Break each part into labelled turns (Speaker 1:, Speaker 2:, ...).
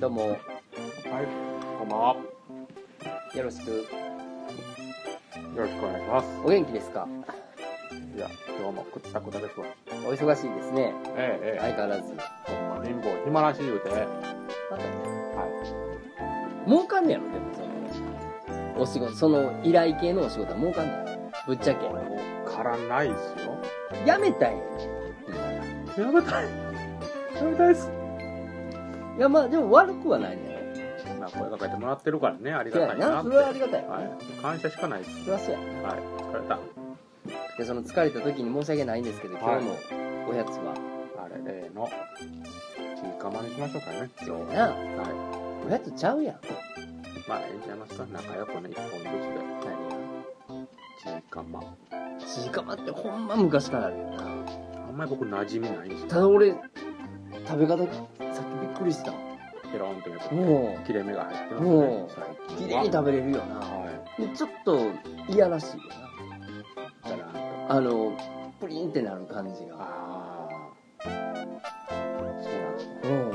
Speaker 1: どうも、
Speaker 2: はい、こんばんは。
Speaker 1: よろしく。
Speaker 2: よろしくお願いします。
Speaker 1: お元気ですか
Speaker 2: いや、今日もくったくたですわ。
Speaker 1: お忙しいですね。
Speaker 2: ええ、え
Speaker 1: 相変わらず。
Speaker 2: え、ほんま、貧乏、暇らしい言うて。は
Speaker 1: 儲かんねやろ、でもその、お仕事、その依頼系のお仕事は儲かんねやろ。ぶっちゃけ
Speaker 2: い。。もう、からないっすよ。
Speaker 1: やめたい。
Speaker 2: やめたい。やめたいっす。
Speaker 1: いや、まあでも悪くはないね。
Speaker 2: まあ、声かけてもらってるからね、あり
Speaker 1: そ
Speaker 2: が
Speaker 1: う
Speaker 2: た
Speaker 1: や
Speaker 2: いな
Speaker 1: な。
Speaker 2: っ
Speaker 1: そ
Speaker 2: て。
Speaker 1: れはありがたい。
Speaker 2: はい。感謝しかないっす。
Speaker 1: それはそうや。
Speaker 2: はい。疲れた。
Speaker 1: で、その疲れた時に申し訳ないんですけど、今日のおやつは、
Speaker 2: あれ、例の、金釜にしましょうかね。
Speaker 1: そうやな。
Speaker 2: は
Speaker 1: おやつちゃうやん。
Speaker 2: い。まあ、ええんちゃいますか。仲良くね、一本ずつで。金釜。
Speaker 1: ちいかまってほんま昔からあるよな。
Speaker 2: あんまり僕、馴染みないんですよ。
Speaker 1: ただ俺、食べ方、さっきびっくりした。
Speaker 2: ペロンってやつ。
Speaker 1: も
Speaker 2: 切れ目が入ってます
Speaker 1: も
Speaker 2: ね
Speaker 1: う。う、綺
Speaker 2: 最近
Speaker 1: 麗
Speaker 2: は
Speaker 1: に食べれるよな。
Speaker 2: は
Speaker 1: でちょっと、いやらしいよ
Speaker 2: い。だから、
Speaker 1: な。あの、プリンってなる感じが。
Speaker 2: ああ。そうなんですね。
Speaker 1: うん。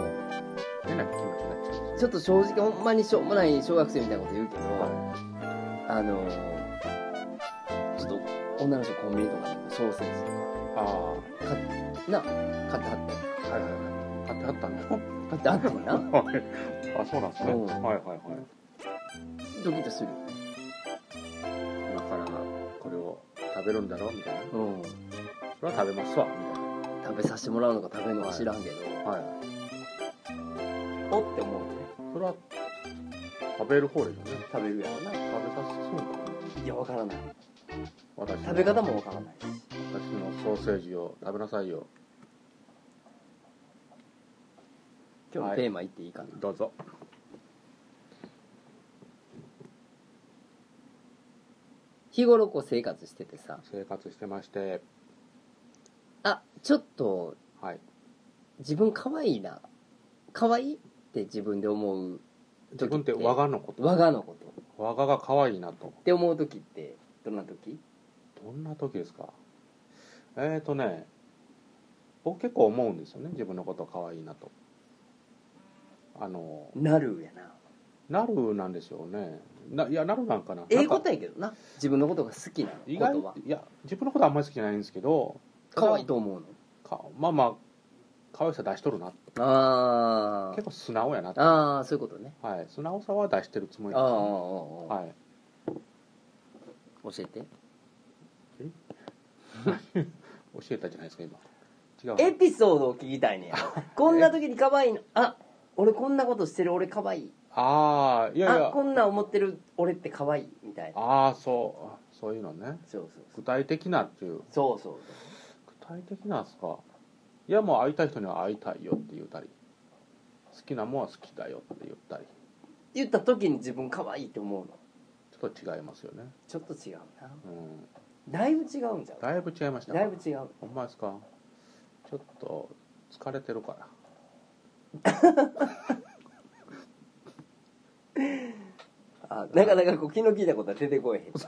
Speaker 2: 変な気持ちになっちゃうんです
Speaker 1: ちょっと正直、ほんまにしょうもない小学生みたいなこと言うけど、
Speaker 2: よ。は
Speaker 1: あの、ちょっと、女の人コンビニとかでソーセージ
Speaker 2: い。ああ。は
Speaker 1: とか、な、買ってはって。
Speaker 2: いはいはい。買ってあったんだよ。
Speaker 1: 買ってはってもな。
Speaker 2: はい。あ、そうなんですね。
Speaker 1: うん
Speaker 2: はいはいはい。
Speaker 1: ドキッとする。
Speaker 2: 今からこれを食べるんだろうみたいな。
Speaker 1: うん。
Speaker 2: それは食べますわ。みたい
Speaker 1: 食べさせてもらうのか食べるのか知らんけど、
Speaker 2: な。はい。
Speaker 1: おって思うよね。
Speaker 2: それは、食べる方ですよね。
Speaker 1: 食べるやろな。
Speaker 2: 食べさせそうかな。
Speaker 1: いや、わからない。
Speaker 2: 私の
Speaker 1: 食べ方もわからないし。
Speaker 2: 私のソーセージを食べなさいよ。
Speaker 1: 今日のテーマ言っていいかな。
Speaker 2: どうぞ。
Speaker 1: 日頃こう生活しててさ、
Speaker 2: 生活してまして。
Speaker 1: あ、ちょっと
Speaker 2: はい。
Speaker 1: 自分可愛いな可愛いって自分で思う時
Speaker 2: 自分って我がのこと。
Speaker 1: 我がのことっ
Speaker 2: 我がが可愛いなと。
Speaker 1: て思う時ってどんな時
Speaker 2: どんな時ですかえーとね僕結構思うんですよね自分のこと可愛いなとあの
Speaker 1: なるやな
Speaker 2: なるなんですよねないやなるなんかな
Speaker 1: 英語
Speaker 2: なんか
Speaker 1: だけどな自分のことが好きなの
Speaker 2: 意外
Speaker 1: 言葉
Speaker 2: いや自分のことあんまり好きじゃないんですけど
Speaker 1: 可愛いと思う
Speaker 2: かまあまあ可愛さ出しとるな
Speaker 1: のあ
Speaker 2: 結構素直やな
Speaker 1: あああそういうことね
Speaker 2: はい、素直さは出してるつもり
Speaker 1: ああああああ
Speaker 2: ははい
Speaker 1: 教えて
Speaker 2: 教えたじゃないですか今違う
Speaker 1: エピソードを聞きたいねんこんな時に可愛いのあ俺こんなことしてる俺可愛い
Speaker 2: ああいやい
Speaker 1: あ
Speaker 2: や
Speaker 1: こんな思ってる俺って可愛いみたいな
Speaker 2: ああそうそういうのね
Speaker 1: そうそうそ
Speaker 2: 具
Speaker 1: う
Speaker 2: 体的なっていう
Speaker 1: そうそう
Speaker 2: 具体的なんすかいやもう会いたい人には会いたいよって言ったり好きなもんは好きだよって言ったり
Speaker 1: 言った時に自分可愛いって思うの
Speaker 2: ちょっと違いますよね、
Speaker 1: ちょっと違うな
Speaker 2: うん、
Speaker 1: だいぶ違うんじゃん
Speaker 2: だいぶ違いました
Speaker 1: だいぶ違う
Speaker 2: ほんまですかちょっと疲れてるから
Speaker 1: あなかなかこう気の利いたことは出てこえへん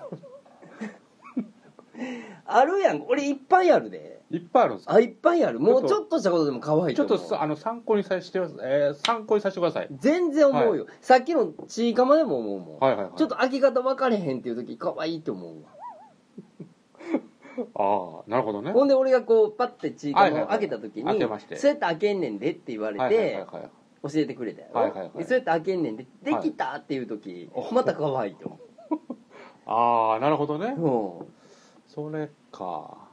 Speaker 1: あるやん俺いっぱいあるで
Speaker 2: いっぱいあるんですか
Speaker 1: あいっぱいあるもうちょっとしたことでも可愛い
Speaker 2: ち
Speaker 1: と
Speaker 2: ょっ
Speaker 1: 思
Speaker 2: と
Speaker 1: う
Speaker 2: さあの参考にさせてください、えー参考にさせてください
Speaker 1: 全然思うよ、さっきのちいかまでも思うもん、
Speaker 2: はいはいはい
Speaker 1: ちょっと開き方分かれへんっていう時可愛いって思うわ
Speaker 2: ああなるほどね
Speaker 1: ほんで俺がこうパッてちいかまを開けた時に、
Speaker 2: はいはいはい開けまして
Speaker 1: そうやって開けんねんでって言われて、
Speaker 2: はいはいはいはい
Speaker 1: 教えてくれたよ、
Speaker 2: はいはいはい
Speaker 1: でそうやって開けんねんでできたっていう時、
Speaker 2: はい
Speaker 1: また可愛いと思
Speaker 2: ああなるほどね
Speaker 1: う、うん、
Speaker 2: それか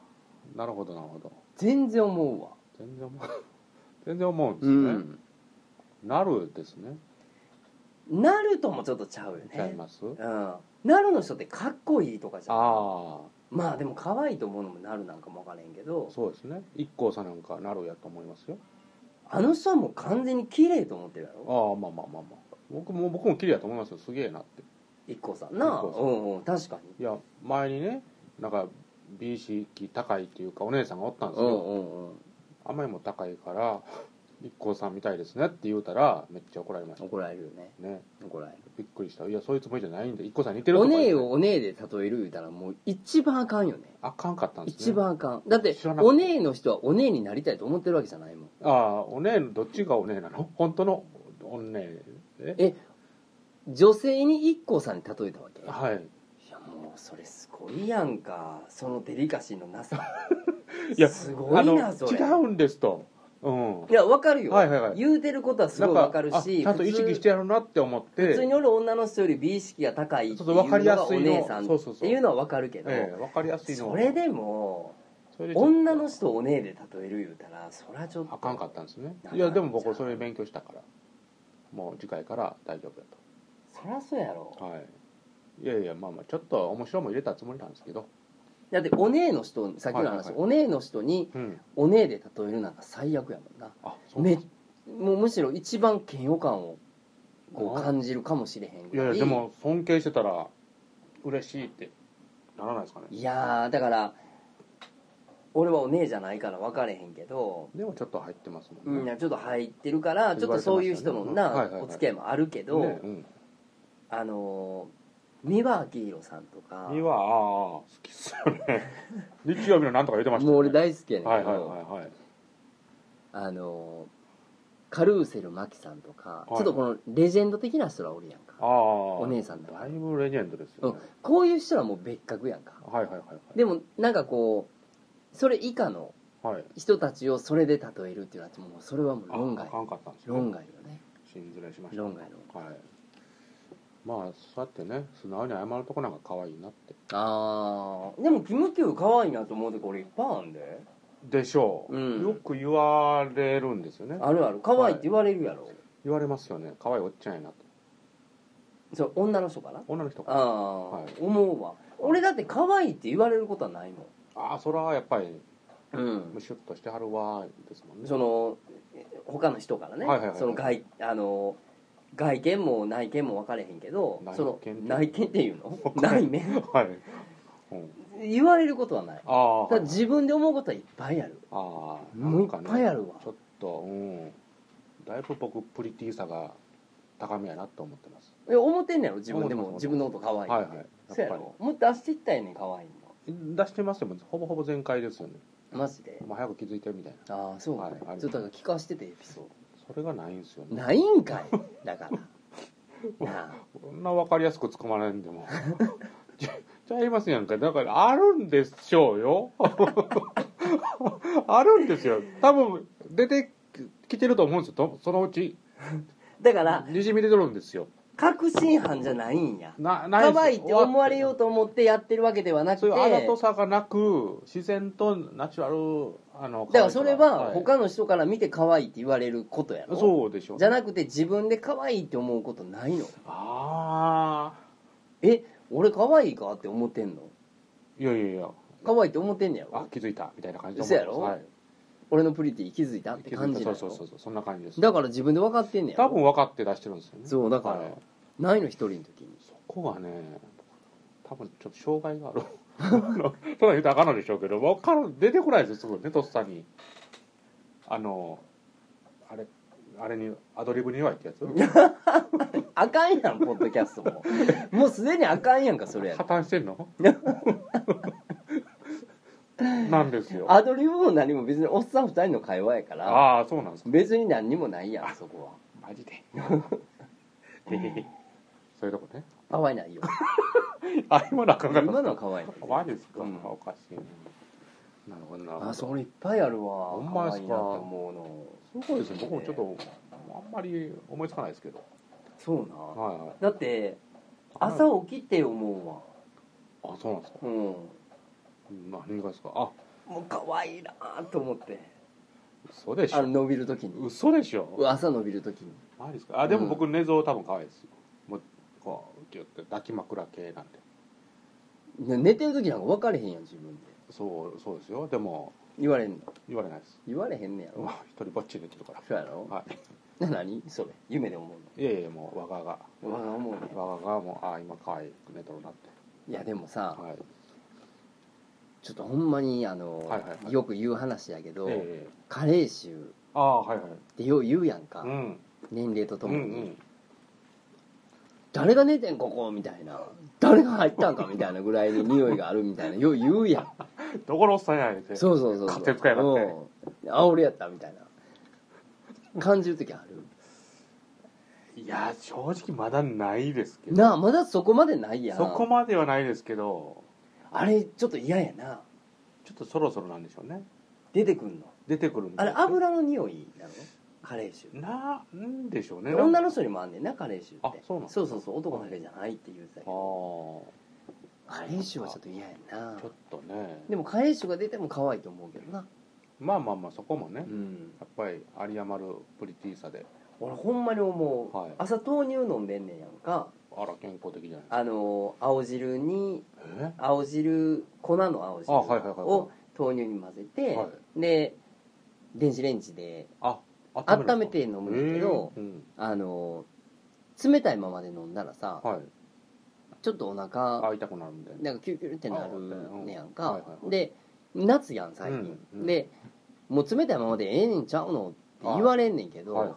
Speaker 2: なるほどなるほど
Speaker 1: 全然思うわ
Speaker 2: 全然思う 全然思うんです
Speaker 1: う
Speaker 2: ね、
Speaker 1: ん
Speaker 2: なるですね
Speaker 1: なるともちょっとちゃうよ
Speaker 2: ちゃい
Speaker 1: ね
Speaker 2: ます、
Speaker 1: うんなるの人ってかっこいいとかじゃん
Speaker 2: あ
Speaker 1: まあでも可愛いと思うのもなるなんかも分からへんけ
Speaker 2: あ
Speaker 1: ど
Speaker 2: そうですね一光さんなんかなるやと思いますよ
Speaker 1: あの人はもう完全に綺麗と思ってるやろ
Speaker 2: ああまあまあまあまあ僕も僕も綺麗やと思いますよすげえなって
Speaker 1: 一 k さんな
Speaker 2: IKKO さん
Speaker 1: うんうん確かに
Speaker 2: いや前にねなんか美意識高いっていうかお姉さんがおったんです
Speaker 1: うん
Speaker 2: よ
Speaker 1: うんうん
Speaker 2: あまりにも高いから一光さんみたいですねって言うたらめっちゃ怒られまし
Speaker 1: 怒られるよね
Speaker 2: たね
Speaker 1: 怒られる
Speaker 2: びっくりしたいやそういうつもりじゃないんで一光さん似てると
Speaker 1: お
Speaker 2: か言っ
Speaker 1: 姉
Speaker 2: て
Speaker 1: をお姉で例える言うたらもう一番あかんよね
Speaker 2: あかんかったんですね
Speaker 1: 一番あかんだって
Speaker 2: 知らなかった
Speaker 1: お姉の人はお姉になりたいと思ってるわけじゃないもん
Speaker 2: ああお姉どっちがお姉なの本当のお姉え
Speaker 1: え女性に一 k さんに例えたわけい
Speaker 2: はい
Speaker 1: やもうそれすごいやんかそのデリカシーのなさ
Speaker 2: いや
Speaker 1: すごいなそれ
Speaker 2: あの違うんですとうん
Speaker 1: いやわかるよ、
Speaker 2: はいはいはい
Speaker 1: 言うてることはすごいわかる
Speaker 2: なん
Speaker 1: し
Speaker 2: あちゃんと意識してやるなって思っ
Speaker 1: 普通普通
Speaker 2: て
Speaker 1: におる女の人より美意識が高いっていう
Speaker 2: そ
Speaker 1: の
Speaker 2: うそうわかりや
Speaker 1: が
Speaker 2: す
Speaker 1: お
Speaker 2: いの
Speaker 1: 姉さん
Speaker 2: そうそうそ
Speaker 1: って
Speaker 2: う
Speaker 1: いうのはわかるけど、
Speaker 2: ええわかりやすいの
Speaker 1: それでも
Speaker 2: それでちょっと
Speaker 1: 女の人をお姉で例える言うたらそれはちょっと
Speaker 2: あかんかったんですね
Speaker 1: なか
Speaker 2: いやでも僕それ勉強したからもう次回から大丈夫だ
Speaker 1: そりゃそうやろ
Speaker 2: とはいいやいやまあまあちょっと面白いも入れたつもりなんですけど
Speaker 1: だってお姉の人さっきの話、
Speaker 2: はいはいはい
Speaker 1: お姉の人に
Speaker 2: うん
Speaker 1: お姉で例えるなんか最悪やもんな
Speaker 2: あそうなん
Speaker 1: め
Speaker 2: です
Speaker 1: もうむしろ一番嫌悪感をこう
Speaker 2: ああ
Speaker 1: 感じるかもしれへん
Speaker 2: い
Speaker 1: ぐ
Speaker 2: やい
Speaker 1: ら
Speaker 2: や
Speaker 1: い
Speaker 2: でも尊敬してたら嬉しいってならないですかね
Speaker 1: いやーだから俺はお姉じゃないから分かれへんけど
Speaker 2: でもちょっと入ってますも
Speaker 1: うんん
Speaker 2: ね
Speaker 1: ちょっと入ってるからちょっとそういう人の
Speaker 2: 言われ
Speaker 1: な
Speaker 2: てましたねうんはいはいはい
Speaker 1: お付き合いもあるけど、
Speaker 2: ねうん
Speaker 1: あのー三輪明宏さんとか
Speaker 2: にはああ好きっすよ ね日曜日のなんとか言ってました
Speaker 1: も
Speaker 2: ね
Speaker 1: う俺大好きやねんけど、
Speaker 2: はいはいはいはい
Speaker 1: あのカルーセルマキさんとか、
Speaker 2: はい
Speaker 1: ちょっとこのレジェンド的な人らおるやん
Speaker 2: あ
Speaker 1: か
Speaker 2: あ
Speaker 1: お姉さんだから
Speaker 2: だいぶレジェンドですよね
Speaker 1: こういう人らもう別格やんか
Speaker 2: はいはいはいはい
Speaker 1: でもなんかこうそれ以下の
Speaker 2: はい
Speaker 1: 人たちをそれで例えるっていうのはもうそれはもう論
Speaker 2: ああ
Speaker 1: 外
Speaker 2: かんかったんですね
Speaker 1: 論外よね
Speaker 2: 心ずれしました
Speaker 1: 論外の
Speaker 2: はいまあそうやってね素直に謝るとこなんか可愛いなって
Speaker 1: あーでもキムキュー可愛いなと思うとこ俺いっぱいあるんで
Speaker 2: でしょう、
Speaker 1: うん
Speaker 2: よく言われるんですよね
Speaker 1: あるある可愛いって言われるやろ、
Speaker 2: 言われますよね可愛いおっちゃんやなと
Speaker 1: それ女の人かな
Speaker 2: 女の人
Speaker 1: あ
Speaker 2: か
Speaker 1: あ、
Speaker 2: はい
Speaker 1: 思うわ俺だって可愛いって言われることはないも
Speaker 2: ああそれはやっぱり
Speaker 1: んうん
Speaker 2: ムシュッとしてはるわーですもんね
Speaker 1: そのえ他の人からね、
Speaker 2: はいはいはい
Speaker 1: その外あの外見も内見も分かれへんけど
Speaker 2: 内見
Speaker 1: その
Speaker 2: って
Speaker 1: 内見っていうの
Speaker 2: かれ へ
Speaker 1: 内面
Speaker 2: はい、うん、
Speaker 1: 言われることはない
Speaker 2: ああ
Speaker 1: ただ自分で思うことはいっぱいある
Speaker 2: ああ
Speaker 1: もういっぱいあるわ
Speaker 2: ちょっとうんだいぶ僕プリティさが高めやなと思ってます
Speaker 1: え思ってんねやろ自分でも
Speaker 2: 思って
Speaker 1: 自
Speaker 2: ま
Speaker 1: 分
Speaker 2: す
Speaker 1: のこと可愛いって、
Speaker 2: はいはいやっ
Speaker 1: そうや
Speaker 2: ぱ
Speaker 1: ろもっと出していったよねん可愛い
Speaker 2: り出してますよほぼほぼ全開ですよね
Speaker 1: のマジで
Speaker 2: まあ早く気づいてみたいな
Speaker 1: ああそうか、
Speaker 2: はいある
Speaker 1: ちょっとだから聞かしててエピソー
Speaker 2: それがないんですよ
Speaker 1: ド
Speaker 2: ね
Speaker 1: ないんかいだ からなあ
Speaker 2: こんな分かりやすく突っ込まれんでも ちゃちゃいますやんかだからあるんでしょうよ あるんですよ多分出てきてると思うんですよとそのうち
Speaker 1: だから
Speaker 2: にじみ出てるんですよ
Speaker 1: 確信犯じゃないんや
Speaker 2: なないです
Speaker 1: 可愛いって思われようと思ってやってるわけではなく
Speaker 2: そ
Speaker 1: て
Speaker 2: ういうあざとさがなく自然とナチュラルあの
Speaker 1: だからそれは
Speaker 2: 可愛い
Speaker 1: 他の人から見て可愛いって言われることや
Speaker 2: い
Speaker 1: ろ
Speaker 2: そうでしょう
Speaker 1: じゃなくて自分で可愛いって思うことないの
Speaker 2: あ
Speaker 1: え俺可愛いかって思ってんの
Speaker 2: あいやいやいや
Speaker 1: 可愛いって思ってんねや
Speaker 2: あ
Speaker 1: ろ
Speaker 2: 気づいたみたいな感じで
Speaker 1: 嘘やろ
Speaker 2: はい、
Speaker 1: 俺のプリティ気づいたっ
Speaker 2: 気
Speaker 1: て
Speaker 2: づいた
Speaker 1: 感じなの
Speaker 2: そうそうそうそうそんな感じです
Speaker 1: だから自分で分かってんねや
Speaker 2: 多
Speaker 1: ろ
Speaker 2: 分分かって出してるんですよね
Speaker 1: そうだから
Speaker 2: はい
Speaker 1: ないの一人の時に
Speaker 2: そこがね多分ちょっと障害がある ただ言うとあかんのでしょうけど分かる出てこないですよすぐねとっさにあのあれあれにアドリブに弱いってやつ
Speaker 1: あかんやんポッドキャストも もうすでにあかんやんかそれ
Speaker 2: 破綻してん のなんですよあ
Speaker 1: アドリブも何も別におっさん二人の会話やから
Speaker 2: あーそうなんですか
Speaker 1: 別に何にもないやんそこ
Speaker 2: マジ でそういうとこね
Speaker 1: は可愛ないよ
Speaker 2: あ今のは考えた
Speaker 1: 今のは可愛い
Speaker 2: マジですか、
Speaker 1: うん
Speaker 2: おかしいななるほどなるほど
Speaker 1: あそれいっぱいあるわ
Speaker 2: ほんまです
Speaker 1: 可愛
Speaker 2: か
Speaker 1: いなと思うの
Speaker 2: すごいですね僕もちょっとあんまり思いつかないですけど
Speaker 1: そうな、
Speaker 2: はいはい
Speaker 1: だって朝起きて思うわ
Speaker 2: あそうなんですか
Speaker 1: うん
Speaker 2: 何がですかあ
Speaker 1: もう可愛いなと思って
Speaker 2: 嘘でし
Speaker 1: あの
Speaker 2: ょ
Speaker 1: 伸びる時に
Speaker 2: 嘘でしょ
Speaker 1: 朝伸びる時に
Speaker 2: マジですかあでも
Speaker 1: う
Speaker 2: 僕寝相多分可愛いですよもうこうギュッて抱き枕系なん
Speaker 1: ね
Speaker 2: で
Speaker 1: 寝てる時なんか分かれへんやん自分で
Speaker 2: そうそうですよでも
Speaker 1: 言われんの
Speaker 2: 言われないです
Speaker 1: 言われへんねや
Speaker 2: う
Speaker 1: ろ
Speaker 2: わ一人ぼっちできるから
Speaker 1: そうやろ
Speaker 2: は
Speaker 1: な何それ夢で思
Speaker 2: いいやいやもう我がが
Speaker 1: うのわが思うね
Speaker 2: 我ががもうあ今可愛く寝とるなって
Speaker 1: いやでもさ
Speaker 2: はい
Speaker 1: ちょっとほんまにあの、
Speaker 2: はいはいはい
Speaker 1: よく言う話やけど、
Speaker 2: ええ
Speaker 1: 加齢臭
Speaker 2: ああはいはい
Speaker 1: てよう言うやんか、
Speaker 2: うん
Speaker 1: 年齢とと
Speaker 2: うんう
Speaker 1: もに、
Speaker 2: ん
Speaker 1: 誰が寝てんここみたいな誰が入ったんかみたいなぐらいに匂いがあるみたいなよう言うやん
Speaker 2: どこのおっさんや言うて
Speaker 1: そうそうそうそう
Speaker 2: 勝手に使いやがって
Speaker 1: うんあ俺やったみたいな感じる時ある
Speaker 2: いや正直まだないですけど
Speaker 1: なあまだそこまでないやん
Speaker 2: そこまではないですけど
Speaker 1: あれちょっと嫌やな
Speaker 2: ちょっとそろそろなんでしょうね
Speaker 1: 出てくんの
Speaker 2: 出てくるみた
Speaker 1: あ
Speaker 2: い
Speaker 1: れ油の匂いなの加齢臭
Speaker 2: なんでしょうね
Speaker 1: 女
Speaker 2: の
Speaker 1: の人にもあんねんな加齢臭って
Speaker 2: あそうなの
Speaker 1: そうそうそう男だけじゃないって言うてたけ
Speaker 2: ああ
Speaker 1: ど加齢臭はちょっと嫌やな
Speaker 2: ちょっとね
Speaker 1: でも加齢臭が出ても可愛いと思うけどな
Speaker 2: まあまあまあそこもね、
Speaker 1: う
Speaker 2: や
Speaker 1: ん
Speaker 2: っぱり有り余るプリティーさで
Speaker 1: 俺ほんまに思う、
Speaker 2: はい
Speaker 1: 朝豆乳飲んでんねんやんか
Speaker 2: あら健康的じゃない
Speaker 1: あの青汁に
Speaker 2: え
Speaker 1: 青汁粉の青汁
Speaker 2: あはいはいはいはい
Speaker 1: を豆乳に混ぜて、
Speaker 2: は
Speaker 1: で電子レンジで
Speaker 2: あ
Speaker 1: 温め
Speaker 2: る
Speaker 1: て飲むん
Speaker 2: の
Speaker 1: だけど、
Speaker 2: へーうん
Speaker 1: あの冷たいままで飲んだらさ、
Speaker 2: はい
Speaker 1: ちょっとお腹
Speaker 2: あ痛くなるみたいな
Speaker 1: なんかキュルキュルってなるねやんか、
Speaker 2: あうんはい
Speaker 1: で夏やん最近、
Speaker 2: うんうん
Speaker 1: でもう冷たいままでええねんちゃうのって言われんねんけど、
Speaker 2: はいはい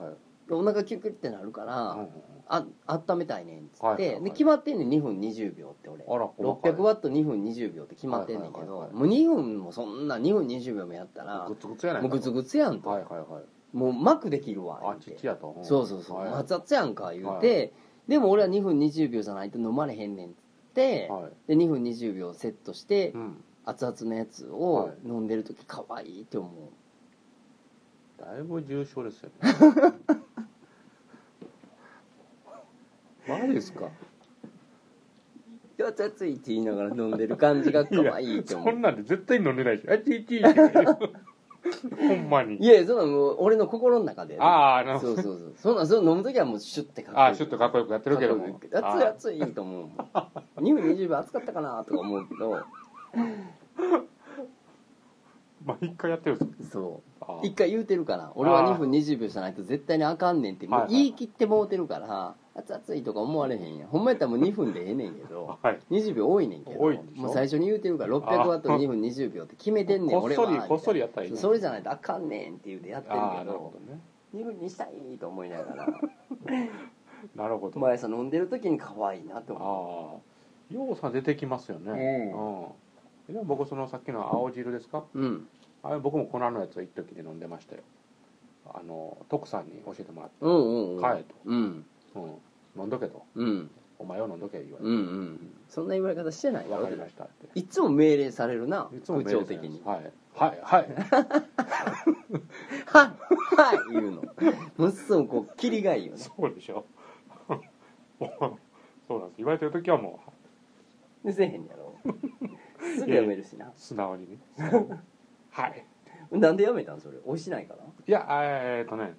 Speaker 1: お腹キュルキュルってなるから、
Speaker 2: うんうん
Speaker 1: あ温めたいねんっつって、
Speaker 2: はいはいはい
Speaker 1: で決まってんねん2分20秒って俺
Speaker 2: あら
Speaker 1: 600
Speaker 2: は
Speaker 1: ワット2分20秒って決まってんねんけど、
Speaker 2: はいはいはいはい
Speaker 1: もう2分もそんな2分20秒もやったら
Speaker 2: グツグツやない
Speaker 1: もうグツグツやんと、
Speaker 2: はいはいはい
Speaker 1: もう膜できるわ
Speaker 2: あ
Speaker 1: 言
Speaker 2: ちっ
Speaker 1: う
Speaker 2: ち
Speaker 1: て
Speaker 2: やとん
Speaker 1: そうそうそう、
Speaker 2: はい
Speaker 1: 熱々やんか言うて、でも俺は2分20秒じゃないと飲まれへんねんっつって、
Speaker 2: はい
Speaker 1: で2分20秒セットして、
Speaker 2: うん
Speaker 1: 熱々のやつ
Speaker 2: は
Speaker 1: を
Speaker 2: い
Speaker 1: 飲んでる時可愛いって思う
Speaker 2: だいぶ重症ですよねマジです
Speaker 1: 「
Speaker 2: か
Speaker 1: いや熱々い」って言いながら飲んでる感じが 可愛いって思
Speaker 2: そ
Speaker 1: うん
Speaker 2: なんで絶対飲んでないでしょあちいちいち ほんま
Speaker 1: い
Speaker 2: に
Speaker 1: やいやそんなもう俺の心の中で
Speaker 2: ああなるほ
Speaker 1: そ
Speaker 2: ど
Speaker 1: うそうそうそんなんその飲む時はもうシュッてかっこいい
Speaker 2: あーちょっとかっこよくやってるけども
Speaker 1: 熱い
Speaker 2: あ
Speaker 1: 熱いと思うもん 2分20秒暑かったかなとか思うけど
Speaker 2: ー毎回やってるんです
Speaker 1: そ
Speaker 2: あ
Speaker 1: う
Speaker 2: ー
Speaker 1: 一回言うてるから俺は
Speaker 2: あー
Speaker 1: 2分20秒じゃないと絶対にあかんねんっても
Speaker 2: は
Speaker 1: う
Speaker 2: いはい
Speaker 1: 言い切ってもうてるから熱々いとか思われへんやんほんまやったらもう2分でええねんけど
Speaker 2: はい
Speaker 1: 20秒多いねんけど
Speaker 2: 多いでしょ
Speaker 1: もう最初に言うてるから600ワット2分20秒って決めてんねん
Speaker 2: こっ
Speaker 1: 俺
Speaker 2: そ
Speaker 1: は
Speaker 2: りこっそりやったらいい
Speaker 1: それじゃないとあかんねんって言うてやってる
Speaker 2: ああ
Speaker 1: け
Speaker 2: ーなる
Speaker 1: ど
Speaker 2: ほどね
Speaker 1: 2分にしたいと思いながら
Speaker 2: なるほど
Speaker 1: 毎朝飲んでる時に可愛いなって思う
Speaker 2: ああようさん出てきますよね、
Speaker 1: うん
Speaker 2: うんでも僕そのさっきの青汁ですか
Speaker 1: うん
Speaker 2: あれ僕も粉のやつを一時で飲んでましたよあの徳さんに教えてもらって
Speaker 1: うんうんうん
Speaker 2: 「買え」
Speaker 1: うん
Speaker 2: と「うん、飲んどけ」と
Speaker 1: うん
Speaker 2: 「お前を飲んどけ」言われ
Speaker 1: うんうんそんな言われ方してな
Speaker 2: て「
Speaker 1: い
Speaker 2: 分
Speaker 1: よ
Speaker 2: かりました」って
Speaker 1: いつも命令されるない
Speaker 2: つも
Speaker 1: 部
Speaker 2: メー
Speaker 1: 長
Speaker 2: ルされ
Speaker 1: 的
Speaker 2: ます
Speaker 1: に
Speaker 2: はいはいはい
Speaker 1: 「はいはい」言うのもっそもこうキリがいいよね
Speaker 2: そうでしょ そうなんです言われてる時はもう
Speaker 1: でせえへんや ろすぐやめるしな
Speaker 2: 素直にね はい
Speaker 1: なんでやめたんそれおいしないから
Speaker 2: いやえーっとね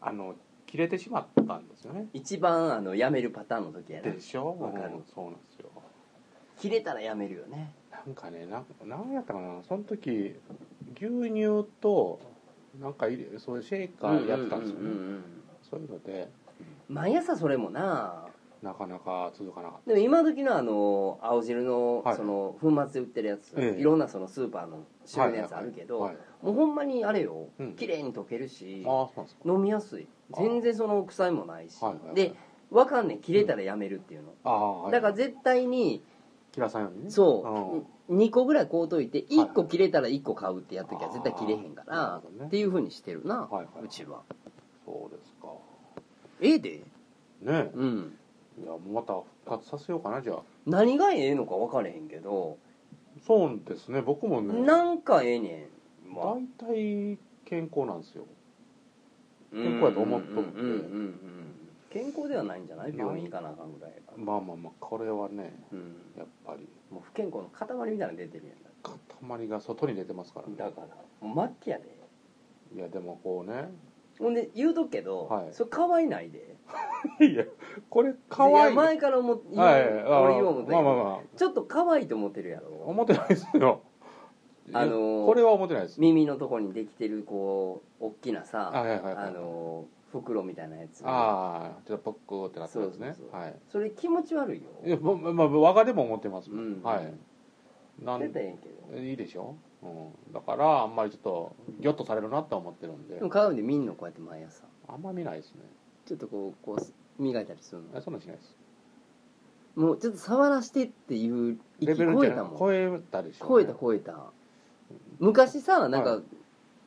Speaker 2: あの切れてしまったんですよね
Speaker 1: 一番あのやめるパターンの時やな
Speaker 2: でしょ
Speaker 1: わかる
Speaker 2: うんそうなんですよ
Speaker 1: 切れたらやめるよね
Speaker 2: なんかねななんやったかなその時牛乳となんか入れそういうシェイカーやってたんですよ
Speaker 1: うう
Speaker 2: ね
Speaker 1: ううん
Speaker 2: そういうので
Speaker 1: 毎朝それもな
Speaker 2: なかなか続かなかっ
Speaker 1: でも今時のあの青汁の
Speaker 2: はい
Speaker 1: その粉末で売ってるやつ、
Speaker 2: ええ
Speaker 1: いろんなそのスーパーの
Speaker 2: た
Speaker 1: 種類のやつあるけど、
Speaker 2: はいはいはい
Speaker 1: もうほんまにあれよ、
Speaker 2: うん
Speaker 1: 綺麗に溶けるし
Speaker 2: ああそうなんです
Speaker 1: 飲みやすい
Speaker 2: あ
Speaker 1: 全然その臭いもないし、
Speaker 2: かはいはいはい
Speaker 1: でわかんねん切れたらやめるっていうの、
Speaker 2: ああはい
Speaker 1: だから絶対に
Speaker 2: キラさんよりね
Speaker 1: そう、2個ぐらい買うといて
Speaker 2: いはい
Speaker 1: 1個切れたら1個買うってやっときは絶対切れへんか
Speaker 2: あーなる
Speaker 1: ら
Speaker 2: ほどね
Speaker 1: っていうふうにしてるな、
Speaker 2: はいはいう
Speaker 1: ちは
Speaker 2: そうですか
Speaker 1: ええで
Speaker 2: ね
Speaker 1: うん
Speaker 2: えいやもうまた復活させようかなじゃあ
Speaker 1: 何がええのか分かれへんけど、
Speaker 2: そうですね僕もね
Speaker 1: なんかええねん、まあ
Speaker 2: 大体健康なんですよ
Speaker 1: 健
Speaker 2: 康やと思っとって
Speaker 1: 健康ではないんじゃない病院行かなあかんぐらいが、
Speaker 2: まあまあまあこれはね
Speaker 1: うん、
Speaker 2: やっぱり
Speaker 1: もう不健康の塊みたいなの出てるやん
Speaker 2: 塊が外に出てますからね
Speaker 1: だからもう末期やで
Speaker 2: いやでもこうね
Speaker 1: ほんで言うとくけど、
Speaker 2: はい
Speaker 1: それ可愛いないで
Speaker 2: いやこれ可
Speaker 1: や
Speaker 2: 愛い
Speaker 1: 前から思って言う、
Speaker 2: はい、
Speaker 1: 俺言おう思ったけ
Speaker 2: まあ
Speaker 1: ど、
Speaker 2: まあまあ
Speaker 1: ちょっと可愛いと思ってるやろ
Speaker 2: 思ってないですよ
Speaker 1: あのー
Speaker 2: これは思ってないです
Speaker 1: 耳のとこにできてるこう大きな
Speaker 2: あ
Speaker 1: さ
Speaker 2: はいはいはい
Speaker 1: あの袋みたいなやつ
Speaker 2: あーちょっとポッコーってなってるんですね
Speaker 1: そうそうそう
Speaker 2: はい
Speaker 1: それ気持ち悪いよ
Speaker 2: いやまままあ我がでも思ってますもん、
Speaker 1: うん
Speaker 2: はいなん
Speaker 1: 出たらええけど
Speaker 2: いいでしょうん、だからあんまりちょっとギョッとされるなって思ってるんで
Speaker 1: でも鏡で見んのこうやって毎朝
Speaker 2: あんま見ないですね
Speaker 1: ちょっとこうこう磨いたりする
Speaker 2: え
Speaker 1: の
Speaker 2: そんなんしないです
Speaker 1: もうちょっと触らしてっていう
Speaker 2: レ
Speaker 1: 域
Speaker 2: ベル
Speaker 1: 超
Speaker 2: じ
Speaker 1: え
Speaker 2: ゃな
Speaker 1: た
Speaker 2: い
Speaker 1: もん
Speaker 2: 超えたでしょ、
Speaker 1: 超えた超えた昔さなんか、
Speaker 2: は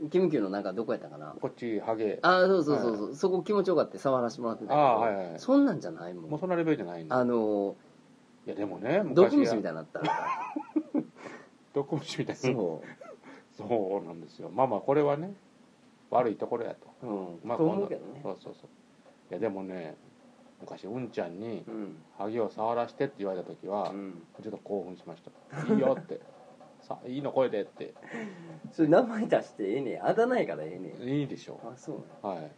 Speaker 1: キムキューのなんかどこやったかな
Speaker 2: こっちハゲ
Speaker 1: ああそうそうそうそう、そこ気持ちよかった触らせてもらってたけど、
Speaker 2: あーはいはいはい
Speaker 1: そんなんじゃないもん
Speaker 2: もうそんなレベルじゃないんで
Speaker 1: あの
Speaker 2: いやでもね昔は
Speaker 1: 毒虫みたいになったら
Speaker 2: 毒虫みたいなそう
Speaker 1: そ
Speaker 2: そうなんですよまあまあこれはね悪いところやと
Speaker 1: う、うん、
Speaker 2: まあ
Speaker 1: と思うけどね
Speaker 2: そうそうそういやでもね昔うんちゃんに
Speaker 1: うん、
Speaker 2: ハゲを触らしてって言われた時は、
Speaker 1: うん、
Speaker 2: ちょっと興奮しました「いいよ」って 「さいいの声で」って
Speaker 1: それ名前出してええねんあだ名やからええねん
Speaker 2: いいでしょ
Speaker 1: あそうなん
Speaker 2: はい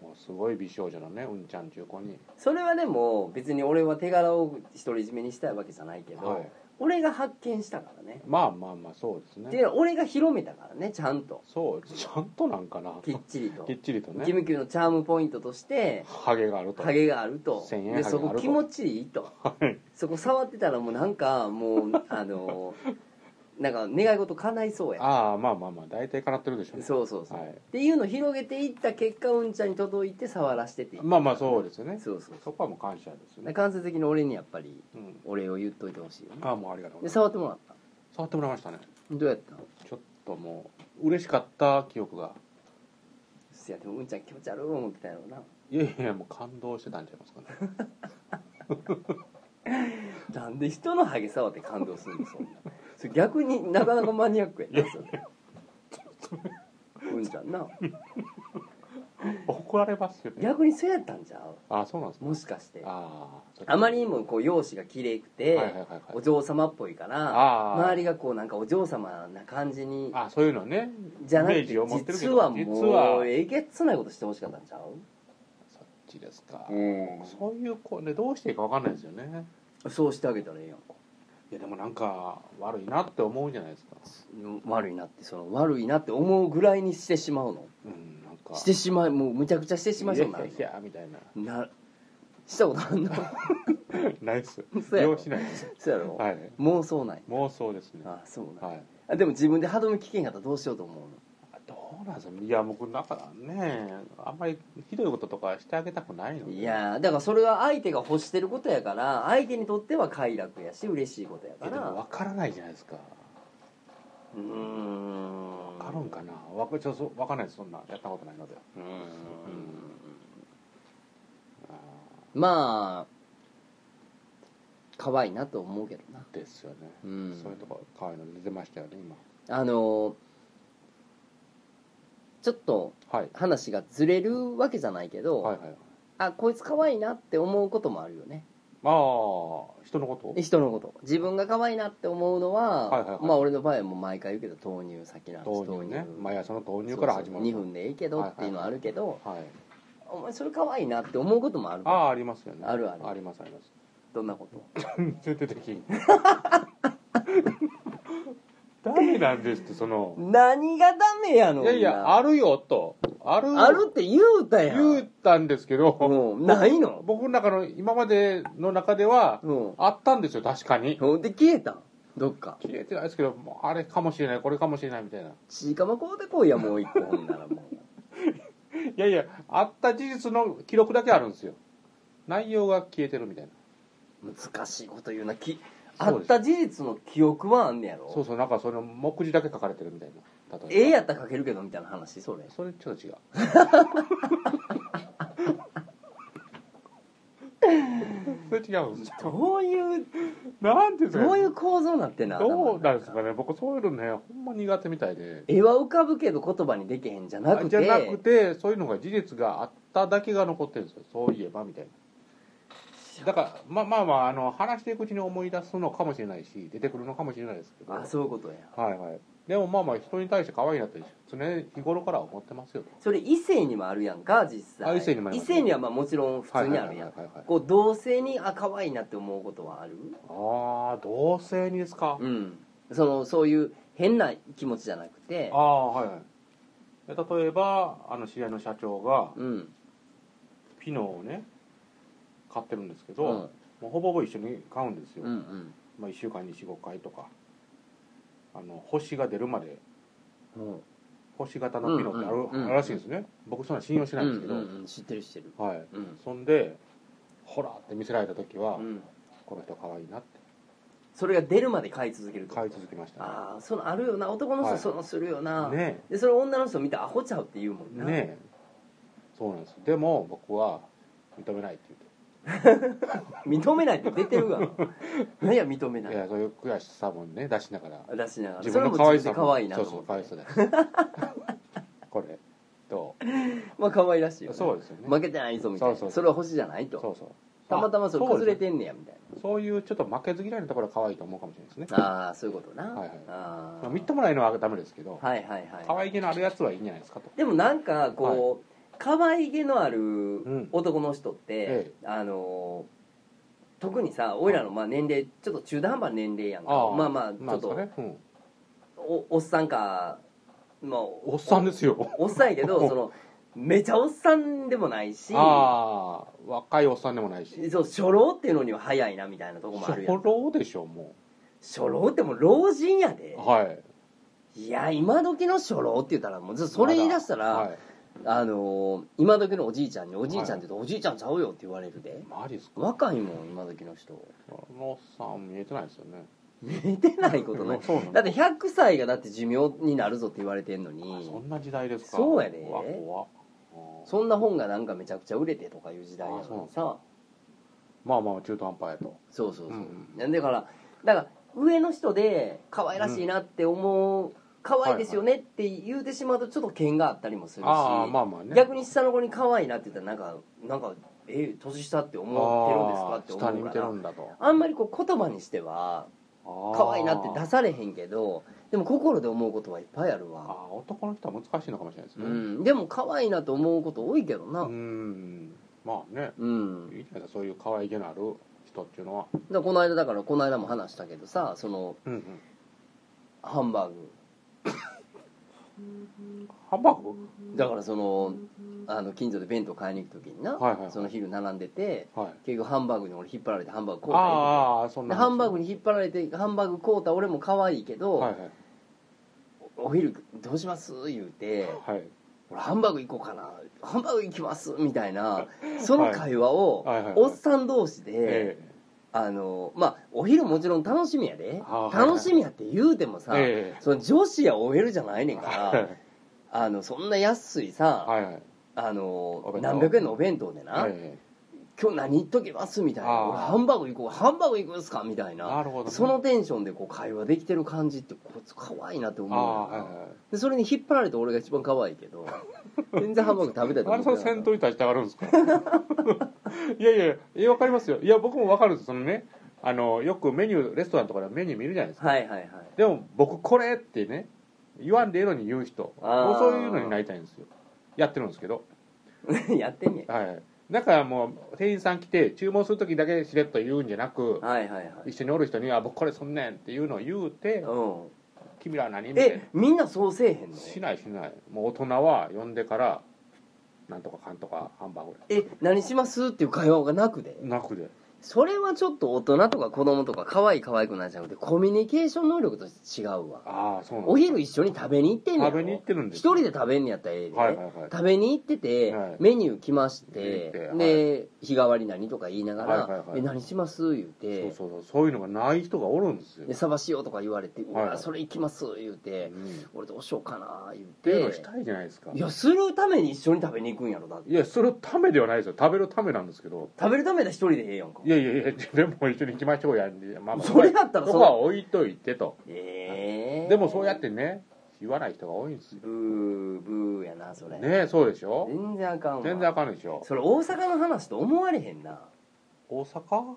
Speaker 2: もうすごい美少女のねうんちゃん中子に
Speaker 1: それはでも別に俺は手柄を独り占めにしたいわけじゃないけど、
Speaker 2: はい
Speaker 1: 俺が発見したからね
Speaker 2: まあまあまあそうです
Speaker 1: っていう
Speaker 2: ね
Speaker 1: のは俺が広めたからねちゃんと
Speaker 2: そうちゃんとなんかな
Speaker 1: きっちりと
Speaker 2: きっちりと
Speaker 1: キ
Speaker 2: ね
Speaker 1: ムキューのチャームポイントとして
Speaker 2: ハゲがあると
Speaker 1: ハゲがあると
Speaker 2: 1000円
Speaker 1: で
Speaker 2: ハゲがあると
Speaker 1: そこ気持ちいいと
Speaker 2: はい
Speaker 1: そこ触ってたらもうなんかもうあのなんか願い事叶いそうや
Speaker 2: ああまあまあまあ大体かなってるでしょうね
Speaker 1: そうそうそう、
Speaker 2: はい
Speaker 1: っていうのを広げていった結果うんちゃんに届いて触らしてていい
Speaker 2: まあまあそうですよね
Speaker 1: そうそうそ
Speaker 2: そこはもう感謝ですよ
Speaker 1: う
Speaker 2: ね
Speaker 1: 間接的に俺にやっぱり
Speaker 2: うん
Speaker 1: お礼を言っといてほしいよね
Speaker 2: ああもうありがとうご
Speaker 1: で
Speaker 2: ざい
Speaker 1: 触
Speaker 2: ま
Speaker 1: ってもらった
Speaker 2: す触ってもらいましたね
Speaker 1: どうやったの
Speaker 2: ちょっともう嬉しかった記憶が
Speaker 1: いやでもうんちゃん気持ち悪い思ってたやろうない
Speaker 2: やいやもう感動してたんちゃいますかね
Speaker 1: なんで人のハゲ触って感動するのそんなそれ逆になかなかマニアックやったそ れうんちゃんな
Speaker 2: 怒られますよね
Speaker 1: 逆にそうやったんちゃう
Speaker 2: ああそうなんです
Speaker 1: もしかして
Speaker 2: ああ
Speaker 1: あまりにもこう容姿が綺麗くて、
Speaker 2: はいはいはいはい
Speaker 1: お嬢様っぽいから
Speaker 2: あー
Speaker 1: 周りがこうなんかお嬢様な感じに
Speaker 2: あそういうのね
Speaker 1: じゃなく
Speaker 2: イメ
Speaker 1: て
Speaker 2: ージを持ってるけ
Speaker 1: 実
Speaker 2: ど
Speaker 1: は
Speaker 2: 実
Speaker 1: も
Speaker 2: は
Speaker 1: うえげつないことしてほしかったんちゃう、
Speaker 2: そっちですか、
Speaker 1: ん
Speaker 2: そういう子ねどうしていいか分かんないですよね
Speaker 1: そうしてあげたらええやんか
Speaker 2: いやでもなんか悪いなって思うじゃないですか
Speaker 1: 悪いなってその悪いなって思うぐらいにしてしまうの
Speaker 2: うんなんか
Speaker 1: してしまいもうむちゃくちゃしてしまいそうになる
Speaker 2: いやいやみたいな
Speaker 1: なしたことあんの
Speaker 2: ないっす
Speaker 1: そうやろ
Speaker 2: 用しないです
Speaker 1: そうやろ、
Speaker 2: はい
Speaker 1: 妄想ない
Speaker 2: 妄想ですね
Speaker 1: あそうなん、
Speaker 2: はい
Speaker 1: あでも自分で歯止め聞けんかったらどうしようと思うの
Speaker 2: どうなんですかいや僕だからねあんまりひどいこととかしてあげたくないので
Speaker 1: いやーだからそれは相手が欲してることやから相手にとっては快楽やし嬉しいことや
Speaker 2: い
Speaker 1: か
Speaker 2: やでも
Speaker 1: ら
Speaker 2: 分からないじゃないですか
Speaker 1: うーん
Speaker 2: 分かるんかなわかちょっと分かんないですそんなやったことないので
Speaker 1: うーん
Speaker 2: あ
Speaker 1: まあ可愛いなと思うけどな
Speaker 2: ーですよね、
Speaker 1: うん
Speaker 2: そういうとこ可愛いの出てましたよね今
Speaker 1: あのーちょっと
Speaker 2: はい
Speaker 1: 話がずれるわけじゃないけど、
Speaker 2: はいはいはい
Speaker 1: あこいつ可愛いなって思うこともあるよね
Speaker 2: まあ人のこと
Speaker 1: 人のこと自分が可愛いなって思うのは,、
Speaker 2: はいはいはい
Speaker 1: まあ俺の場合はもう毎回言うけど豆乳先なんです
Speaker 2: 豆乳ね
Speaker 1: 豆
Speaker 2: 毎朝の豆乳から始まる
Speaker 1: 2分でいいけどっていうのはあるけど、
Speaker 2: はい
Speaker 1: お前それ可愛いなって思うこともある
Speaker 2: ああありますよね
Speaker 1: あるある
Speaker 2: ありますあります
Speaker 1: どんなこと
Speaker 2: 全然出てきん ダメなんですってその
Speaker 1: 何がダメやの
Speaker 2: いやいやあ
Speaker 1: ある
Speaker 2: るよとある
Speaker 1: あるって言うたやん
Speaker 2: 言ったんですけど
Speaker 1: うんないの
Speaker 2: 僕の中の今までの中では
Speaker 1: うん
Speaker 2: あったんですよ確かに
Speaker 1: ほんで消えたんどっか
Speaker 2: 消えてないですけどもうあれかもしれないこれかもしれないみたいな
Speaker 1: ちいかまこうでこいやもう一個ほんならも
Speaker 2: いやいやあった事実の記録だけあるんですよ内容が消えてるみたいな
Speaker 1: う難しいこと言うなきあ
Speaker 2: そう
Speaker 1: っ
Speaker 2: です
Speaker 1: た事実の記憶はあんねやろ
Speaker 2: そうそうなんかその目次だけ書かれてるみたいな例えば
Speaker 1: ええやったら書けるけどみたいな話それ
Speaker 2: それちょっと違う それ違うんですよ
Speaker 1: どういう
Speaker 2: なんていうんですか
Speaker 1: どういう構造になってんな
Speaker 2: どうなんです
Speaker 1: 頭の中
Speaker 2: かね僕そういうのねほんま苦手みたいで
Speaker 1: 絵は浮かぶけど言葉にできへんじゃなくて
Speaker 2: じゃなくてそういうのが事実があっただけが残ってるんですよそういえばみたいなだからまあまあまああの話していくうちに思い出すのかもしれないし出てくるのかもしれないですけど
Speaker 1: あそういうことや
Speaker 2: はいはいでもまあまあ人に対して可愛いなって常日頃から思ってますよと
Speaker 1: それ異性にもあるやんか実際
Speaker 2: あ異性にもあり
Speaker 1: 異
Speaker 2: ますね
Speaker 1: 性にはまあもちろん普通にあるやん
Speaker 2: はいはいはいはいはい
Speaker 1: こう同性にあ可愛いなって思うことはある
Speaker 2: ああ同性にですか、
Speaker 1: うんそのそういう変な気持ちじゃなくて
Speaker 2: ああはいはいえ例えばあの知り合いの社長が
Speaker 1: うん
Speaker 2: ピノをね買ってるんですけど、
Speaker 1: うん
Speaker 2: もうほぼほぼ一緒に買うんですよ、
Speaker 1: うんうん
Speaker 2: まあ、1週間に45回とかああの星が出るまで
Speaker 1: うん
Speaker 2: 星型のピノってある,、
Speaker 1: うんうんうん
Speaker 2: あるらしいんですね僕そんな信用してないんですけど、
Speaker 1: うんうんうん知ってる知ってる
Speaker 2: はい
Speaker 1: うん、
Speaker 2: そんでほらって見せられた時は、
Speaker 1: うん、
Speaker 2: この人可愛いなって
Speaker 1: それが出るまで買い続けると
Speaker 2: 買い続けました
Speaker 1: ああそのあるよな男の
Speaker 2: は
Speaker 1: 人
Speaker 2: い
Speaker 1: そのするよな、
Speaker 2: ねね
Speaker 1: でそれ女の人見たらアホちゃうって言うもん
Speaker 2: え
Speaker 1: な
Speaker 2: ねえそうなんですでも僕は認めないって
Speaker 1: 認めないって出てる が何や認め
Speaker 2: 言
Speaker 1: な
Speaker 2: って
Speaker 1: い
Speaker 2: いやそういう悔しさもね出しながら
Speaker 1: 出しながら
Speaker 2: 自分の
Speaker 1: それも
Speaker 2: 可愛
Speaker 1: 自
Speaker 2: さ
Speaker 1: 分
Speaker 2: も
Speaker 1: で可愛いな
Speaker 2: そ
Speaker 1: と
Speaker 2: うそ
Speaker 1: 思
Speaker 2: う
Speaker 1: って
Speaker 2: 可愛さだ これと
Speaker 1: まあ可愛らしいよ、ね、
Speaker 2: そうですよね
Speaker 1: 負けてないぞみたいな
Speaker 2: そうそうそう
Speaker 1: それは星じゃないと
Speaker 2: そうそう
Speaker 1: たまたまそれ
Speaker 2: あう
Speaker 1: 崩れ
Speaker 2: ですね
Speaker 1: てんねやみたい
Speaker 2: そういうちょっと負けず嫌いなところは可愛いと思うかもしれないですね
Speaker 1: なああそういうことな、
Speaker 2: はいはい
Speaker 1: あ
Speaker 2: ま
Speaker 1: あ
Speaker 2: あみっともないのはダメですけど、
Speaker 1: はいはいはい
Speaker 2: 可愛げのあるやつはいいんじゃないですかと
Speaker 1: でもなんかこう、可愛げのある
Speaker 2: ん
Speaker 1: 男の人って
Speaker 2: え、
Speaker 1: あのー特にさ俺らのまあ年齢ちょっと中途半端な年齢やんか
Speaker 2: ああ
Speaker 1: まあまあち
Speaker 2: な
Speaker 1: ょ
Speaker 2: ん
Speaker 1: っ
Speaker 2: ですか
Speaker 1: と、
Speaker 2: ね、うん、
Speaker 1: おおっさんか、まあ、
Speaker 2: おっさんですよ
Speaker 1: おっさんやけどそのめちゃおっさんでもないし
Speaker 2: ああ若いおっさんでもないし
Speaker 1: そう初老っていうのには早いなみたいなとこもあるやん
Speaker 2: 初老でしょも
Speaker 1: 初老ってもう老人や
Speaker 2: う
Speaker 1: で
Speaker 2: はい
Speaker 1: いや今時の初老って言ったらもうずそれ言い出したら、
Speaker 2: まはい、
Speaker 1: あのー今時のおじいちゃんに「おじいちゃん」って言うと「おじいちゃんちゃうよ」って言われるで
Speaker 2: マジですか
Speaker 1: 若いもん今時の人
Speaker 2: あのおっさん見えてないですよね
Speaker 1: 見てないこと ない
Speaker 2: そうなの
Speaker 1: だって100歳がだって寿命になるぞって言われてんのに
Speaker 2: そんな時代ですか
Speaker 1: そうやで
Speaker 2: わ怖っあー
Speaker 1: そんな本がなんかめちゃくちゃ売れてとかいう時代なのにさ
Speaker 2: まあまあ中途半端やと
Speaker 1: そうそうそう、
Speaker 2: うん
Speaker 1: だからだから上の人で可愛らしいなって思う、可愛いですよねって言うてしまうとちょっと剣があったりもするし、
Speaker 2: ああまあまあね
Speaker 1: 逆に下の子に可愛いなって言ったらなんかなんかえ年下って思ってるんですかって
Speaker 2: あー下に
Speaker 1: 思
Speaker 2: 見
Speaker 1: う
Speaker 2: て
Speaker 1: か
Speaker 2: る
Speaker 1: ら
Speaker 2: んだと
Speaker 1: あんまりこう言葉にしては可愛いなって出
Speaker 2: す
Speaker 1: されへんけどでも心で思うことはいっぱいある
Speaker 2: あ
Speaker 1: わ
Speaker 2: ー男の人は難しいのかもしれないです
Speaker 1: う
Speaker 2: ね
Speaker 1: んでも可愛いなと思うこと多いけど
Speaker 2: う
Speaker 1: なん
Speaker 2: まあね
Speaker 1: うん
Speaker 2: いいじゃないですかそういう可愛げのある人っていうのは
Speaker 1: だからこの間だからこの間も話したけどさその
Speaker 2: うんうん
Speaker 1: ハンバーグ
Speaker 2: ハンバーグ
Speaker 1: だからそのあの近所で弁当買いに行く時にな、
Speaker 2: はいはいはい
Speaker 1: その昼並んでて
Speaker 2: はい
Speaker 1: 結局ハンバーグに俺引っ張られてハンバーグ買うた言うて
Speaker 2: ああそん
Speaker 1: で
Speaker 2: な
Speaker 1: ハンバーグに引っ張られてハンバーグ買うた俺も可愛いけど、
Speaker 2: はいはい
Speaker 1: お昼どうします言うて
Speaker 2: はい
Speaker 1: 俺ハンバーグ行こうかなハンバーグ行きますみたいなその会話を、
Speaker 2: はいはいはい
Speaker 1: おっさん同士で、
Speaker 2: え
Speaker 1: あのまあお昼もちろん楽しみやで、
Speaker 2: あはいはい
Speaker 1: 楽しみやって言うてもさ、
Speaker 2: ええ
Speaker 1: その女子や OL じゃないねんから
Speaker 2: え
Speaker 1: あのそんな安いさ、
Speaker 2: はいはい
Speaker 1: あ
Speaker 2: お
Speaker 1: の
Speaker 2: 弁当
Speaker 1: 何百円のお弁当でな、
Speaker 2: え
Speaker 1: 今日何言っとけますみたいな
Speaker 2: あー
Speaker 1: 俺ハンバーグ行こうハンバーグ行くんすかみたい
Speaker 2: え
Speaker 1: な
Speaker 2: なるほどね
Speaker 1: そのテンションでこう会話できてる感じってこいつ可愛いなって思
Speaker 2: ああ
Speaker 1: う
Speaker 2: はい
Speaker 1: よ
Speaker 2: は
Speaker 1: ないでそれに引っ張られて俺が一番可愛いけ ど全然ハンバーグ食べたいと
Speaker 2: あれそ
Speaker 1: 思
Speaker 2: れ
Speaker 1: ってなかっ
Speaker 2: 戦
Speaker 1: た
Speaker 2: 闘に対して上がるんですか いやいやいや分かりますよいや僕も分かるんですそのねあのよくメニューレストランとかでメニュー見るじゃないですか
Speaker 1: はいはいはい
Speaker 2: でも僕これってね言わんでええのに言う人
Speaker 1: あー
Speaker 2: もうそういうのになりたいんですよやってるんですけど
Speaker 1: やってんね
Speaker 2: はいだからもう店員さん来て注文する時だけしれっと言うんじゃなく
Speaker 1: はいはいはい
Speaker 2: 一緒におる人に「あ僕これそんねん」っていうのを言うて
Speaker 1: う
Speaker 2: 「君らは何?」み
Speaker 1: ん
Speaker 2: たいな
Speaker 1: えみんなそうせえへんの
Speaker 2: しないしないもう大人は呼んでからなんとかかんとかハンバーグ
Speaker 1: え何しますっていう会話がなくで
Speaker 2: なくで
Speaker 1: それはちょっと大人とか子供とか可愛い可愛くないじゃなくてコミュニケーション能力として違うわ
Speaker 2: ああそうなん
Speaker 1: お
Speaker 2: だ
Speaker 1: 昼一緒に食べに行ってんねん
Speaker 2: 食べに行ってるんで
Speaker 1: 一
Speaker 2: す
Speaker 1: 人で食べんねやったらええで、
Speaker 2: はいはいはい
Speaker 1: 食べに行ってて、
Speaker 2: はい
Speaker 1: メニュー来まして
Speaker 2: 行ってはい
Speaker 1: で日替わり何とか言いながら「
Speaker 2: はいはいはい
Speaker 1: え何します?」言うて
Speaker 2: そうそうそうそういうのがない人がおるんですよ
Speaker 1: で「サバしよう」とか言われて「うわ、
Speaker 2: はい
Speaker 1: それ行きます」言うて
Speaker 2: うんっ
Speaker 1: 「俺どうしようかな」言う
Speaker 2: ていうのを
Speaker 1: て
Speaker 2: したいじゃないですか
Speaker 1: いやするために一緒に食べに行くんやろだって
Speaker 2: いやそれためではないですよ食べるためなんですけど
Speaker 1: 食べるためだ一人でええやんか
Speaker 2: いやいやいやでも一緒に行きましょうやんでまあまあ
Speaker 1: それやったら
Speaker 2: そ
Speaker 1: そ
Speaker 2: こ
Speaker 1: う
Speaker 2: は置いといてと
Speaker 1: ええ
Speaker 2: でもそうやってね言わない人が多いんですよ
Speaker 1: ブーブーやなそれ、
Speaker 2: ねえそうでしょ
Speaker 1: 全然あかんわ
Speaker 2: 全然あかんでしょ
Speaker 1: それ大阪の話と思われへんな
Speaker 2: 大阪あ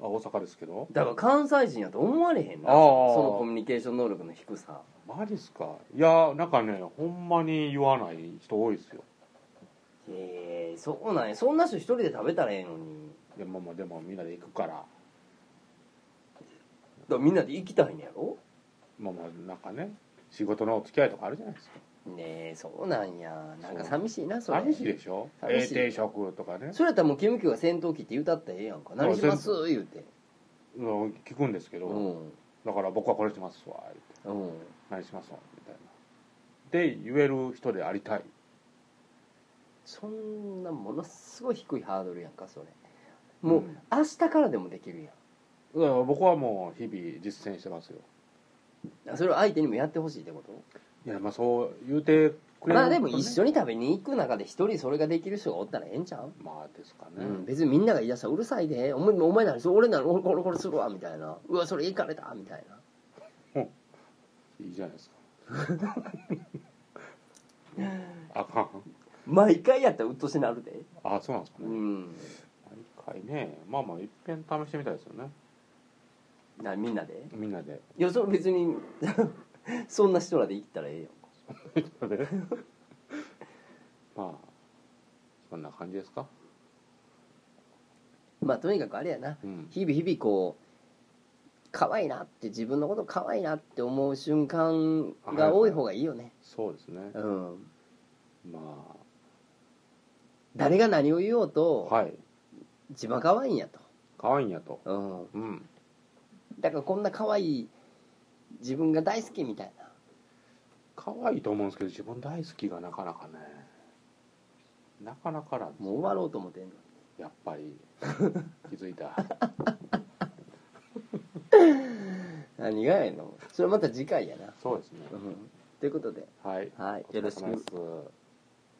Speaker 2: 大阪ですけど
Speaker 1: だから関西人やと思われへんな
Speaker 2: あ
Speaker 1: そ
Speaker 2: ー
Speaker 1: のコミュニケーション能力の低さ
Speaker 2: マジっすかいやなんかねほんまに言わない人多いですよ
Speaker 1: ええそうなんやそんな人一人で食べたらええのに
Speaker 2: でもまあでもみんなで行くから
Speaker 1: だからみんなで行きたいんやろ
Speaker 2: まあまあなんかね仕事のお付き合いとかあるじゃないですか
Speaker 1: ねえそうなんやなんか寂しいなそれ
Speaker 2: 寂しいでしょ
Speaker 1: 寂
Speaker 2: 永
Speaker 1: しい
Speaker 2: 定食とかね
Speaker 1: それやったらもうキムキューが戦闘機って歌ったらええやんか何します
Speaker 2: そう
Speaker 1: 言うて
Speaker 2: うん聞くんですけど、
Speaker 1: うん
Speaker 2: だから僕はこれしますわ言って
Speaker 1: うん
Speaker 2: 何しますわみたいなで言える人でありたい
Speaker 1: そんなものすごい低いハードルやんかそれもう、
Speaker 2: うん
Speaker 1: 明日からでもできるや
Speaker 2: だから僕はもう日々実践してますよ
Speaker 1: んそれを相手にもやってほしいってこと
Speaker 2: いやまあそう言うてくれる
Speaker 1: まあでも一
Speaker 2: 緒
Speaker 1: 緒に食べに行く中で一人それができる人がおったらええんちゃう、
Speaker 2: まあですか
Speaker 1: う
Speaker 2: ね、
Speaker 1: ん、別にみんなが言い出したら「うるさいでお前お前なに俺なら俺これこれするわ」みたいな「うわそれいかれた」みたいない
Speaker 2: いじゃないですか あかん
Speaker 1: 毎回やったらうっとしなるで
Speaker 2: あそうなんですか
Speaker 1: う
Speaker 2: ね、
Speaker 1: ん
Speaker 2: 毎回ねまあまあいっぺん試してみたいですよね
Speaker 1: なみんなで
Speaker 2: みんなで
Speaker 1: いやそれ別に そんな人らで行ったらええよ
Speaker 2: まあそんな感じですか
Speaker 1: まあとにかくあれやな
Speaker 2: うん
Speaker 1: 日々日々こう可愛いなって自分のこと可愛いなって思う瞬間が多い方がいいよね、
Speaker 2: そうですね
Speaker 1: うん、
Speaker 2: ま
Speaker 1: 誰が何を言おう
Speaker 2: あ
Speaker 1: と、
Speaker 2: はい
Speaker 1: 自分は可愛いんやと、
Speaker 2: 可愛いんやと
Speaker 1: うん、
Speaker 2: うん
Speaker 1: だからこんな可愛い自分が大好きみたいな
Speaker 2: 可愛いと思うんですけど自分大好きがなかなかねなかなかなんです
Speaker 1: もう終わろうと思ってんの
Speaker 2: やっぱ り気づいた
Speaker 1: 何がやのそれまた次回やな、
Speaker 2: そうですね
Speaker 1: うん、ということで
Speaker 2: はい
Speaker 1: はいよ
Speaker 2: お疲れ
Speaker 1: ろし
Speaker 2: 様で
Speaker 1: く
Speaker 2: す